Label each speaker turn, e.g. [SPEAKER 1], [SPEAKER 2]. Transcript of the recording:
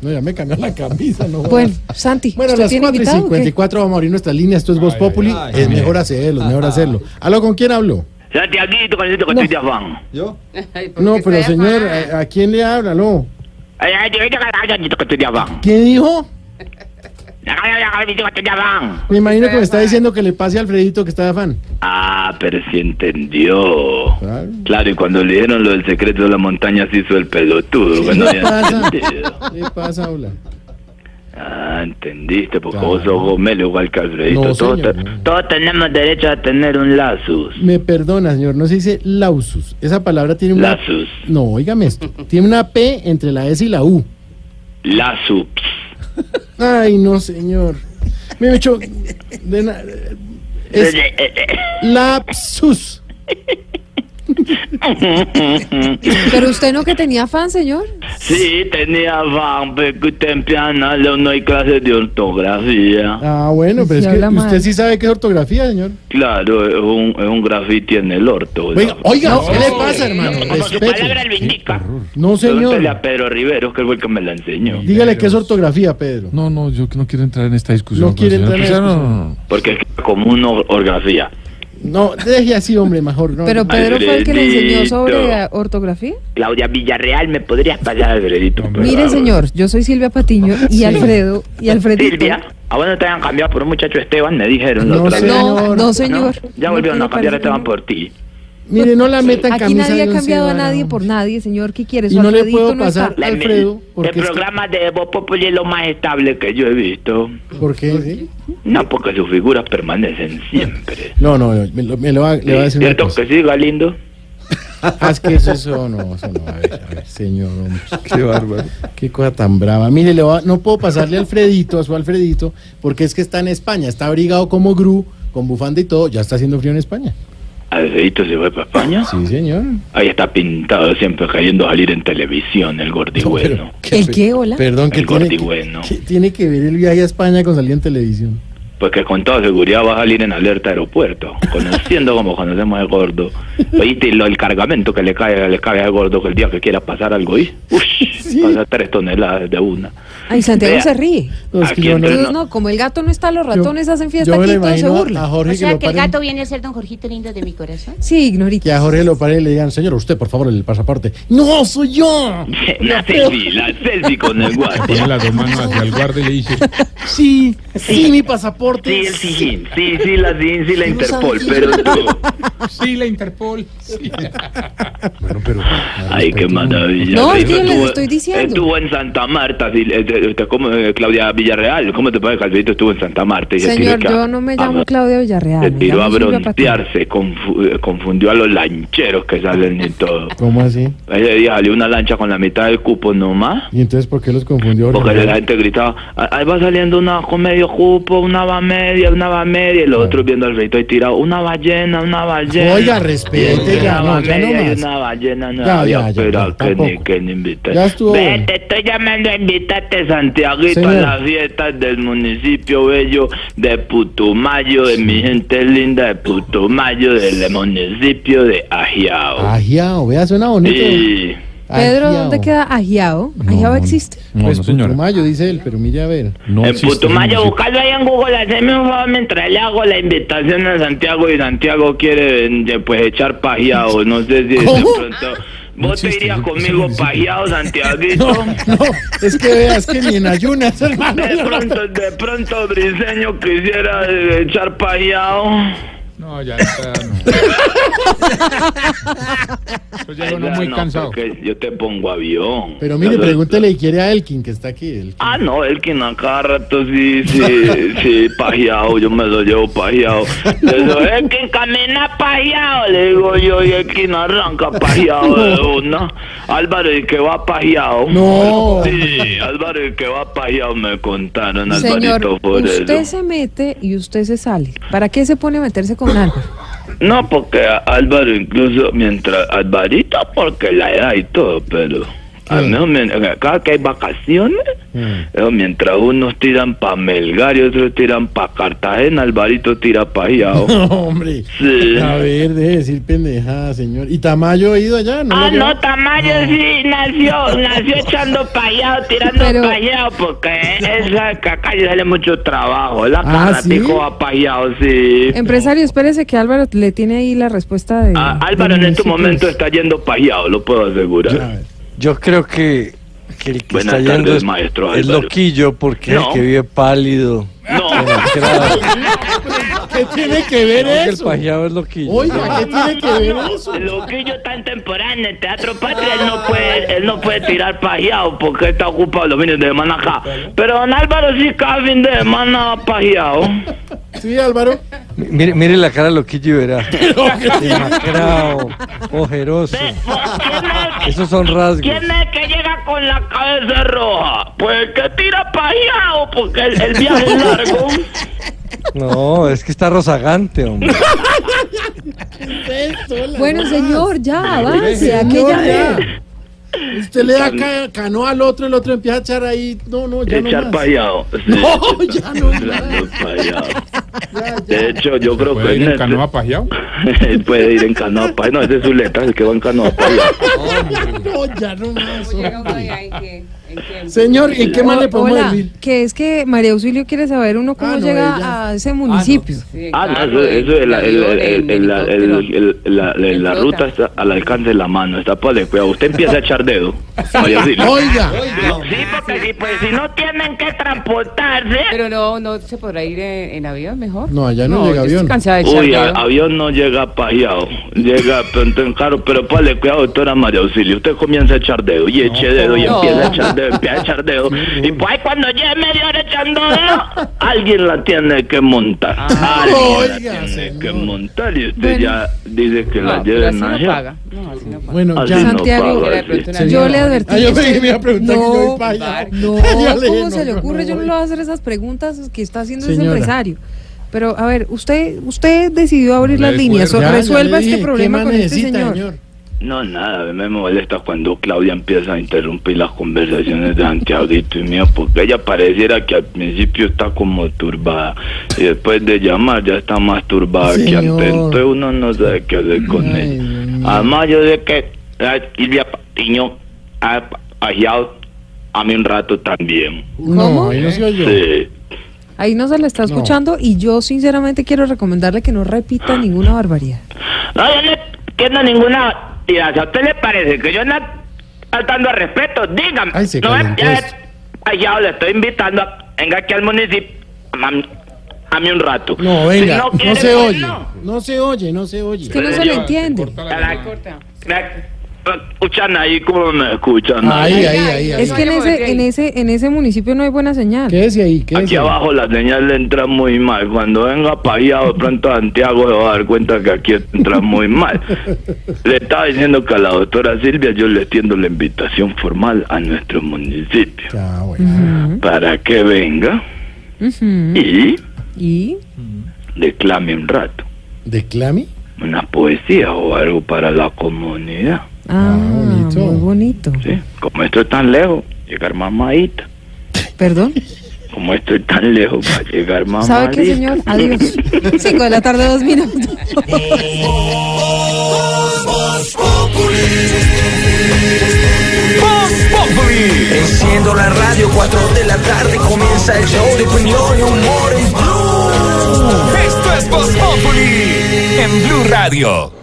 [SPEAKER 1] No, ya me cambió la camisa, no
[SPEAKER 2] Bueno, Oh. Santi,
[SPEAKER 1] Bueno, a
[SPEAKER 2] ¿usted
[SPEAKER 1] las
[SPEAKER 2] tiene
[SPEAKER 1] 4 y
[SPEAKER 2] invitado o qué?
[SPEAKER 1] 54 vamos a abrir nuestras líneas. Esto es Voz Populi.
[SPEAKER 3] ay,
[SPEAKER 1] es mejor hacerlo, es mejor hacerlo. ¿Aló, con quién hablo?
[SPEAKER 4] Santiaguito, con esto que estoy de afán.
[SPEAKER 3] ¿Yo?
[SPEAKER 1] No, pero señor, eh, ¿a, a quién le habla? aló?
[SPEAKER 4] Ay, ay, ay, ay, Santiaguito, que estoy de afán.
[SPEAKER 1] ¿Qué dijo?
[SPEAKER 4] Ay, ay, ay, Santiaguito, que estoy de afán.
[SPEAKER 1] Me imagino que me está diciendo que le pase a Alfredito que está de afán.
[SPEAKER 4] Ah, pero sí entendió.
[SPEAKER 1] Claro.
[SPEAKER 4] Claro, y cuando le dijeron eh, lo del secreto de la montaña se hizo el pelotudo, que no
[SPEAKER 1] ¿Qué le
[SPEAKER 4] había
[SPEAKER 1] pasa?
[SPEAKER 4] entendido.
[SPEAKER 1] ¿Qué pasa, Aula?
[SPEAKER 4] Ah, entendiste, porque
[SPEAKER 1] Claro.
[SPEAKER 4] vos sos gomelo igual que Alfredito.
[SPEAKER 1] No,
[SPEAKER 4] todos,
[SPEAKER 1] señor,
[SPEAKER 4] te-
[SPEAKER 1] no.
[SPEAKER 4] todos tenemos derecho a tener un lazus.
[SPEAKER 1] Me perdona, señor, no se dice lausus. Esa palabra tiene una...
[SPEAKER 4] Lazus.
[SPEAKER 1] No, óigame esto. Tiene una P entre la S y la U.
[SPEAKER 4] Lazups.
[SPEAKER 1] Ay, no, señor. Me he hecho... de na- Es
[SPEAKER 4] Eh,
[SPEAKER 1] lapsus.
[SPEAKER 2] Pero usted no que tenía fan, señor.
[SPEAKER 4] eh. Sí, tenía afán, porque usted en piano no hay clases de ortografía.
[SPEAKER 1] Ah, bueno, pero es
[SPEAKER 2] Sí,
[SPEAKER 1] que
[SPEAKER 2] habla mal.
[SPEAKER 1] usted sí sabe qué es ortografía, señor.
[SPEAKER 4] Claro, es un, es un grafiti en el orto. ¿no?
[SPEAKER 1] Oiga, oiga,
[SPEAKER 2] No,
[SPEAKER 1] ¿qué le
[SPEAKER 2] no,
[SPEAKER 1] pasa, hermano?
[SPEAKER 4] Como su
[SPEAKER 1] Respete.
[SPEAKER 4] palabra lo indica.
[SPEAKER 1] No,
[SPEAKER 4] Pregúntale a
[SPEAKER 1] señor.
[SPEAKER 4] Pedro Rivero, que es el que me la enseñó.
[SPEAKER 1] Dígale qué es ortografía, Pedro.
[SPEAKER 5] No, no, yo no quiero entrar en esta discusión.
[SPEAKER 1] No quiere
[SPEAKER 5] con el
[SPEAKER 1] entrar en
[SPEAKER 5] señor
[SPEAKER 1] la
[SPEAKER 5] Pizarro, no, no, no.
[SPEAKER 4] Porque es como una ortografía.
[SPEAKER 1] No, deje así, hombre, mejor. No,
[SPEAKER 2] Pero
[SPEAKER 1] no.
[SPEAKER 2] Pedro fue el que le enseñó sobre
[SPEAKER 4] Alfredito.
[SPEAKER 2] ortografía.
[SPEAKER 4] Claudia Villarreal, ¿me podrías pasar Alfredito? por
[SPEAKER 2] Mire,
[SPEAKER 4] favor?
[SPEAKER 2] señor, yo soy Silvia Patiño y Alfredo y Alfredito.
[SPEAKER 4] Silvia, ¿a vos no te habían cambiado por un muchacho Esteban? Me dijeron la
[SPEAKER 1] No,
[SPEAKER 4] otra vez.
[SPEAKER 2] No,
[SPEAKER 1] Señor.
[SPEAKER 2] no, señor.
[SPEAKER 4] ¿No? Ya volvieron
[SPEAKER 2] No
[SPEAKER 4] a cambiar a
[SPEAKER 2] tiene
[SPEAKER 4] Esteban
[SPEAKER 2] parecido.
[SPEAKER 4] por ti.
[SPEAKER 1] Mire, no la meta en
[SPEAKER 2] Aquí
[SPEAKER 1] camisa
[SPEAKER 2] nadie
[SPEAKER 1] de
[SPEAKER 2] ha
[SPEAKER 1] once
[SPEAKER 2] cambiado a
[SPEAKER 1] varas,
[SPEAKER 2] nadie
[SPEAKER 1] hombre.
[SPEAKER 2] por nadie, señor. ¿Qué quiere?
[SPEAKER 1] Y
[SPEAKER 2] Su
[SPEAKER 1] no le
[SPEAKER 2] Alfredito
[SPEAKER 1] puedo
[SPEAKER 2] no
[SPEAKER 1] pasar-
[SPEAKER 2] está.
[SPEAKER 1] Alfredo,
[SPEAKER 4] el
[SPEAKER 1] porque es que-
[SPEAKER 4] programa de Voz Populi es lo más estable que yo he visto.
[SPEAKER 1] ¿Por qué? ¿Sí?
[SPEAKER 4] No, porque sus figuras permanecen siempre.
[SPEAKER 1] No, no, no, me, lo- me lo va, le va a decir una
[SPEAKER 4] ¿Cierto
[SPEAKER 1] cosa.
[SPEAKER 4] que sí, Galindo?
[SPEAKER 1] Ah, es que eso, eso no, eso no. A ver, a ver, señor, hombre.
[SPEAKER 3] Qué bárbaro.
[SPEAKER 1] Qué cosa tan brava. Mire, le va- no puedo pasarle a Alfredito, a su Alfredito, porque es que está en España. Está abrigado como Gru, con bufanda y todo. Ya está haciendo frío en España.
[SPEAKER 4] Alfredito se fue para España.
[SPEAKER 1] Sí, señor.
[SPEAKER 4] Ahí está pintado, siempre queriendo salir en televisión, el gordigüeno.
[SPEAKER 2] ¿El qué, hola?
[SPEAKER 1] Perdón, que
[SPEAKER 4] El
[SPEAKER 1] tiene, que,
[SPEAKER 4] gordigüeno.
[SPEAKER 1] que tiene que ver el viaje a España con salir en televisión.
[SPEAKER 4] Porque Pues con toda seguridad va a salir en alerta aeropuerto, conociendo como conocemos al gordo. Oíste lo- el cargamento que le cae, le cae al gordo que el día que quiera pasar algo ahí, uff, pasa tres toneladas de una.
[SPEAKER 2] Ay, Santiago
[SPEAKER 4] Vea.
[SPEAKER 2] se ríe.
[SPEAKER 1] No, es que
[SPEAKER 4] Aquí
[SPEAKER 1] yo no-
[SPEAKER 4] entre
[SPEAKER 2] Entonces,
[SPEAKER 4] no-
[SPEAKER 2] no, como el gato no está, los ratones hacen fiesta
[SPEAKER 1] yo me
[SPEAKER 2] aquí
[SPEAKER 1] lo
[SPEAKER 2] y todos se
[SPEAKER 1] imagino a- a
[SPEAKER 2] burlan.
[SPEAKER 1] Jorge
[SPEAKER 6] O
[SPEAKER 1] que
[SPEAKER 6] sea
[SPEAKER 1] lo
[SPEAKER 6] que el
[SPEAKER 1] paren-
[SPEAKER 6] gato viene a ser don Jorgito lindo de mi corazón.
[SPEAKER 2] Sí,
[SPEAKER 1] que
[SPEAKER 2] ignorita.
[SPEAKER 1] a Jorge lo paren y le digan, señor, usted, por favor, el pasaporte. ¡No, soy yo!
[SPEAKER 4] La selfie, la selfie con
[SPEAKER 5] Pone
[SPEAKER 4] el guardia.
[SPEAKER 5] las dos manos hacia el guardia y le dice:
[SPEAKER 1] Sí, sí, mi pasaporte.
[SPEAKER 4] Sí, el sijín, sí, sí, la sijín, sí, la Interpol, pero
[SPEAKER 5] Sí, la Interpol. Sí. bueno, pero.
[SPEAKER 4] Ay, qué maravilla.
[SPEAKER 2] No,
[SPEAKER 4] Eso
[SPEAKER 2] tío, les
[SPEAKER 4] estuvo-
[SPEAKER 2] estoy diciendo.
[SPEAKER 4] Estuvo en Santa Marta, sí, eh, eh, eh, ¿cómo, eh, Claudia Villarreal. ¿Cómo te parece que Alfredito estuvo en Santa Marta? Y se
[SPEAKER 2] Señor,
[SPEAKER 4] tiró acá.
[SPEAKER 2] yo no me
[SPEAKER 4] Ah,
[SPEAKER 2] llamo Claudia
[SPEAKER 4] Se
[SPEAKER 2] Villarreal. me
[SPEAKER 4] tiró a
[SPEAKER 2] llamo Silvia Patiño.
[SPEAKER 4] broncearse, confu- eh, confundió a los lancheros que salen y todo.
[SPEAKER 1] ¿Cómo así?
[SPEAKER 4] Ese día salió una lancha con la mitad del cupo nomás.
[SPEAKER 1] ¿Y entonces por qué los confundió? Jorge?
[SPEAKER 4] Porque la gente gritaba, "Ah, ahí va saliendo una con medio cupo, una va media, una va media, y los otros viendo al rey y tirado, una ballena, una ballena.
[SPEAKER 1] Ah. Oiga, respete,
[SPEAKER 4] Una
[SPEAKER 1] ya, no,
[SPEAKER 4] va
[SPEAKER 1] ya no
[SPEAKER 4] media y
[SPEAKER 1] más.
[SPEAKER 4] una ballena, no
[SPEAKER 1] Ya,
[SPEAKER 4] había
[SPEAKER 1] ya, ya,
[SPEAKER 4] esperado
[SPEAKER 1] ya,
[SPEAKER 4] que ni,
[SPEAKER 1] tampoco.
[SPEAKER 4] que ni invité.
[SPEAKER 1] Ya estuvo
[SPEAKER 4] Ve,
[SPEAKER 1] bueno.
[SPEAKER 4] te estoy llamando a invitarte, Santiaguito, a
[SPEAKER 1] Señor.
[SPEAKER 4] las fiestas del municipio bello de Putumayo, de mi gente linda de Putumayo, del municipio de Ajiao.
[SPEAKER 1] Ajiao, vea, suena bonito.
[SPEAKER 4] Y...
[SPEAKER 2] Pedro,
[SPEAKER 1] Ajiao.
[SPEAKER 2] ¿dónde queda Ajiao?
[SPEAKER 5] No,
[SPEAKER 2] ¿Ajiao
[SPEAKER 5] no,
[SPEAKER 2] existe?
[SPEAKER 5] No,
[SPEAKER 1] pues
[SPEAKER 5] no, señora.
[SPEAKER 1] Putumayo, dice él, pero mire a ver.
[SPEAKER 5] No
[SPEAKER 4] en
[SPEAKER 5] existe
[SPEAKER 4] Putumayo,
[SPEAKER 5] ese
[SPEAKER 4] buscalo ahí en Google, haceme un favor mientras le hago la invitación a Santiago y Santiago quiere eh, pues echar pajeado, no sé si de
[SPEAKER 1] ¿Cómo?
[SPEAKER 4] pronto...
[SPEAKER 5] No
[SPEAKER 4] Vos te
[SPEAKER 5] existe,
[SPEAKER 4] irías
[SPEAKER 5] no-
[SPEAKER 4] conmigo
[SPEAKER 5] ese municipio.
[SPEAKER 4] pajeado, Santiaguito.
[SPEAKER 1] No, no, es que veas que ni en ayunas, hermano.
[SPEAKER 4] De pronto, de pronto Briseño quisiera eh, echar pajeado.
[SPEAKER 5] municipio. No, ya está. No. Eso ya
[SPEAKER 4] Ay,
[SPEAKER 5] es uno
[SPEAKER 4] ya
[SPEAKER 5] muy
[SPEAKER 4] no,
[SPEAKER 5] cansado.
[SPEAKER 4] porque Yo te pongo avión.
[SPEAKER 1] Pero mire,
[SPEAKER 4] Ya lo-
[SPEAKER 1] pregúntele y quiere a Elkin, que está aquí. Elkin.
[SPEAKER 4] Ah, no, el que a cada rato sí, sí, sí, pajeado, yo me lo llevo pajeado. Le digo, "Eh, el que camina pajeado, le digo yo, y el que no arranca pajeado de una. Álvaro, el que va pajeado.
[SPEAKER 1] No.
[SPEAKER 4] Sí, Álvaro, el que va pajeado, me contaron, Alvarito
[SPEAKER 2] Señor, usted
[SPEAKER 4] Forero.
[SPEAKER 2] se mete y usted se sale. ¿Para qué se pone a meterse con Álvaro?
[SPEAKER 4] No, porque Álvaro, incluso mientras, Alvarito, porque la edad y todo, pero... A mí, me- acá que hay vacaciones, eh, mientras unos tiran para Melgar y otros tiran para Cartagena, Alvarito tira para Pajao.
[SPEAKER 1] No, hombre.
[SPEAKER 4] Sí.
[SPEAKER 1] A ver, deje de decir pendejada, señor. ¿Y Tamayo ha ido allá? ¿No lo
[SPEAKER 4] Ah,
[SPEAKER 1] lleva?
[SPEAKER 4] no, Tamayo sí nació, nació echando payado, tirando
[SPEAKER 2] Pero-
[SPEAKER 4] payado, porque esa caca le sale mucho trabajo. La
[SPEAKER 1] Ah,
[SPEAKER 4] cara
[SPEAKER 1] ¿sí? Em,
[SPEAKER 4] pico a payado, sí.
[SPEAKER 2] Empresario, espérese que Álvaro le tiene ahí la respuesta de.
[SPEAKER 4] Ah, Álvaro en
[SPEAKER 2] de
[SPEAKER 4] este
[SPEAKER 2] municipios.
[SPEAKER 4] momento
[SPEAKER 1] pues.
[SPEAKER 4] está yendo payado, lo puedo
[SPEAKER 1] A
[SPEAKER 4] asegurar.
[SPEAKER 1] ver.
[SPEAKER 3] Yo creo que, que el que
[SPEAKER 4] Buenas
[SPEAKER 3] está yendo
[SPEAKER 4] tardes,
[SPEAKER 3] es,
[SPEAKER 4] maestro
[SPEAKER 3] es
[SPEAKER 4] Álvaro.
[SPEAKER 3] loquillo porque es
[SPEAKER 4] No.
[SPEAKER 3] el que vive pálido.
[SPEAKER 4] No,
[SPEAKER 3] demacrado.
[SPEAKER 1] ¿Qué tiene que ver
[SPEAKER 3] Creo que el
[SPEAKER 1] eso?
[SPEAKER 3] pajeado es loquillo.
[SPEAKER 1] Oiga, ¿qué tiene que ver eso?
[SPEAKER 4] Loquillo está en temporada en el Teatro Patria, él no puede, él no puede tirar payado porque está ocupado los fines de semana acá. Pero don Álvaro sí cada fin de semana va payado.
[SPEAKER 1] Sí, Álvaro.
[SPEAKER 3] M- Mire, mire la cara de loquillo y verá. Demacrado, ojeroso. Esos son rasgos.
[SPEAKER 4] ¿Quién es el que llega con la cabeza roja? Pues el que tira para allá o porque el, el viaje es largo.
[SPEAKER 3] No, es que está rozagante, hombre.
[SPEAKER 2] Bueno, señor, ya, avance.
[SPEAKER 1] Señor,
[SPEAKER 2] aquella-
[SPEAKER 1] ya. Usted le da ca- canoa al otro, el otro empieza a echar ahí. No, no, ya
[SPEAKER 4] Echar
[SPEAKER 1] no
[SPEAKER 4] para
[SPEAKER 1] más.
[SPEAKER 4] allá.
[SPEAKER 1] No, ya no más.
[SPEAKER 4] De hecho, yo creo que
[SPEAKER 5] ¿Puede ir
[SPEAKER 4] en
[SPEAKER 5] en
[SPEAKER 4] este-
[SPEAKER 5] canoa pajeado?
[SPEAKER 4] él puede ir en canoa para No, ese es Zuleta, el que va en canoa para
[SPEAKER 1] No, ya no más. hombre. Señor, ¿y qué más le podemos
[SPEAKER 2] Hola,
[SPEAKER 1] decir?
[SPEAKER 2] que es que María Auxilio quiere saber uno cómo
[SPEAKER 1] Ah, no,
[SPEAKER 2] llega
[SPEAKER 1] ella.
[SPEAKER 2] a ese municipio.
[SPEAKER 4] Ah, no, eso, eso es la, el- el- el- el- la- el- el- la- la- la ruta está al alcance de la mano. Está para cuidado. Usted empieza a echar dedo. María Silvia.
[SPEAKER 1] Oiga.
[SPEAKER 4] Sí, porque si, pues, si no tienen que transportarse.
[SPEAKER 7] Pero no, no se podrá ir en, en avión mejor.
[SPEAKER 1] No, allá no llega
[SPEAKER 7] yo
[SPEAKER 1] avión.
[SPEAKER 7] Estoy cansada de echar
[SPEAKER 4] Uy, a-
[SPEAKER 7] dedo.
[SPEAKER 4] avión no llega pajeado, llega pronto en carro, pero póngale cuidado, doctora María Auxilio. Usted comienza a echar dedo y eche dedo y
[SPEAKER 7] no.
[SPEAKER 4] empieza a echar dedo, empieza a echar dedo. Y pues ahí cuando lleve media hora echando dedo, alguien la tiene que montar. alguien la
[SPEAKER 1] Oiga,
[SPEAKER 4] tiene
[SPEAKER 1] señor.
[SPEAKER 4] que montar y usted
[SPEAKER 7] Ah, Bueno.
[SPEAKER 4] ya dice que la
[SPEAKER 7] No, pero así
[SPEAKER 4] lleven
[SPEAKER 7] no
[SPEAKER 4] allá.
[SPEAKER 7] paga. No, así no paga.
[SPEAKER 1] Bueno,
[SPEAKER 4] Así
[SPEAKER 1] ya.
[SPEAKER 4] Ah, no
[SPEAKER 2] Santiago,
[SPEAKER 4] paga,
[SPEAKER 7] Era de
[SPEAKER 4] sí.
[SPEAKER 7] pronto una
[SPEAKER 1] Señor.
[SPEAKER 2] Yo
[SPEAKER 7] avión.
[SPEAKER 2] le advertí.
[SPEAKER 1] Ah, yo
[SPEAKER 2] que
[SPEAKER 1] pensé que
[SPEAKER 2] usted-
[SPEAKER 1] me iba a preguntar que yo voy pa' allá.
[SPEAKER 2] No,
[SPEAKER 1] Ya le-
[SPEAKER 2] ¿cómo
[SPEAKER 1] no,
[SPEAKER 2] se le
[SPEAKER 1] no,
[SPEAKER 2] ocurre?
[SPEAKER 1] no
[SPEAKER 2] yo no
[SPEAKER 1] voy.
[SPEAKER 2] le voy a hacer esas preguntas que está haciendo ese
[SPEAKER 1] Señora.
[SPEAKER 2] empresario. Pero, a ver, usted usted decidió abrir
[SPEAKER 5] No le
[SPEAKER 2] las líneas. o
[SPEAKER 5] recuerdo.
[SPEAKER 1] Ya, ya
[SPEAKER 2] resuelva
[SPEAKER 1] le dije,
[SPEAKER 2] este
[SPEAKER 1] ¿qué
[SPEAKER 2] problema
[SPEAKER 1] más
[SPEAKER 2] con este
[SPEAKER 1] necesita,
[SPEAKER 2] señor.
[SPEAKER 4] No, nada, me molesta cuando Claudia empieza a interrumpir las conversaciones de Santiaguito y mío, porque ella pareciera que al principio está como turbada y después de llamar ya está más turbada que
[SPEAKER 1] Señor.
[SPEAKER 4] antes. Entonces uno no sabe qué hacer con
[SPEAKER 1] Ay,
[SPEAKER 4] ella.
[SPEAKER 1] Dios mío.
[SPEAKER 4] Además, yo sé que la Silvia Patiño ha pajeado a mí un rato también.
[SPEAKER 1] No, ahí no se oyó.
[SPEAKER 4] Sí.
[SPEAKER 2] Ahí no se le está
[SPEAKER 1] No.
[SPEAKER 2] escuchando y yo sinceramente quiero recomendarle que no repita ninguna barbaridad.
[SPEAKER 4] No, yo no entiendo ninguna tiraza. ¿A usted le parece que yo no faltando al respeto? Dígame.
[SPEAKER 1] Ay, se
[SPEAKER 4] no,
[SPEAKER 1] calentó
[SPEAKER 4] ya,
[SPEAKER 1] esto.
[SPEAKER 4] ay, ya le estoy invitando a venga aquí al municipio a, mam- a mí un rato.
[SPEAKER 1] No,
[SPEAKER 4] Si
[SPEAKER 1] venga, no
[SPEAKER 4] quiere,
[SPEAKER 1] se
[SPEAKER 4] pues
[SPEAKER 1] oye.
[SPEAKER 4] no.
[SPEAKER 1] No se oye, no se oye.
[SPEAKER 2] Es que no se le entiende.
[SPEAKER 5] Corta
[SPEAKER 4] La-
[SPEAKER 5] la llamada.
[SPEAKER 7] Corta.
[SPEAKER 4] la- la- Escuchan ahí como me escuchan.
[SPEAKER 1] Ahí,
[SPEAKER 4] ahí.
[SPEAKER 1] ahí, ahí. ahí.
[SPEAKER 2] Es que en ese, en ese, en ese municipio no hay buena señal.
[SPEAKER 1] Quédese ahí, quédese
[SPEAKER 4] Aquí
[SPEAKER 1] ahí.
[SPEAKER 4] abajo la señal le entra muy mal. Cuando venga pajeado, de pronto Santiago se va a dar cuenta que aquí entra muy mal. Le estaba diciendo que a la doctora Silvia yo le extiendo la invitación formal a nuestro municipio.
[SPEAKER 1] Ya, bueno.
[SPEAKER 4] para que venga
[SPEAKER 2] Ujú.
[SPEAKER 4] y
[SPEAKER 2] Y
[SPEAKER 4] declame un rato,
[SPEAKER 1] ¿Declame?
[SPEAKER 4] una poesía o algo para la comunidad,
[SPEAKER 2] ah,
[SPEAKER 1] bonito.
[SPEAKER 2] muy bonito.
[SPEAKER 4] ¿sí? Como esto es tan lejos, llegar mamadita.
[SPEAKER 2] Perdón.
[SPEAKER 4] Como esto es tan lejos, va a llegar mamadita.
[SPEAKER 2] ¿Sabe qué, señor? Adiós. Cinco de la tarde, dos minutos.
[SPEAKER 8] Enciendo la radio, 4 de la tarde comienza el show de opinión y humor en Blue. Esto es Voz Populi en Blue Radio.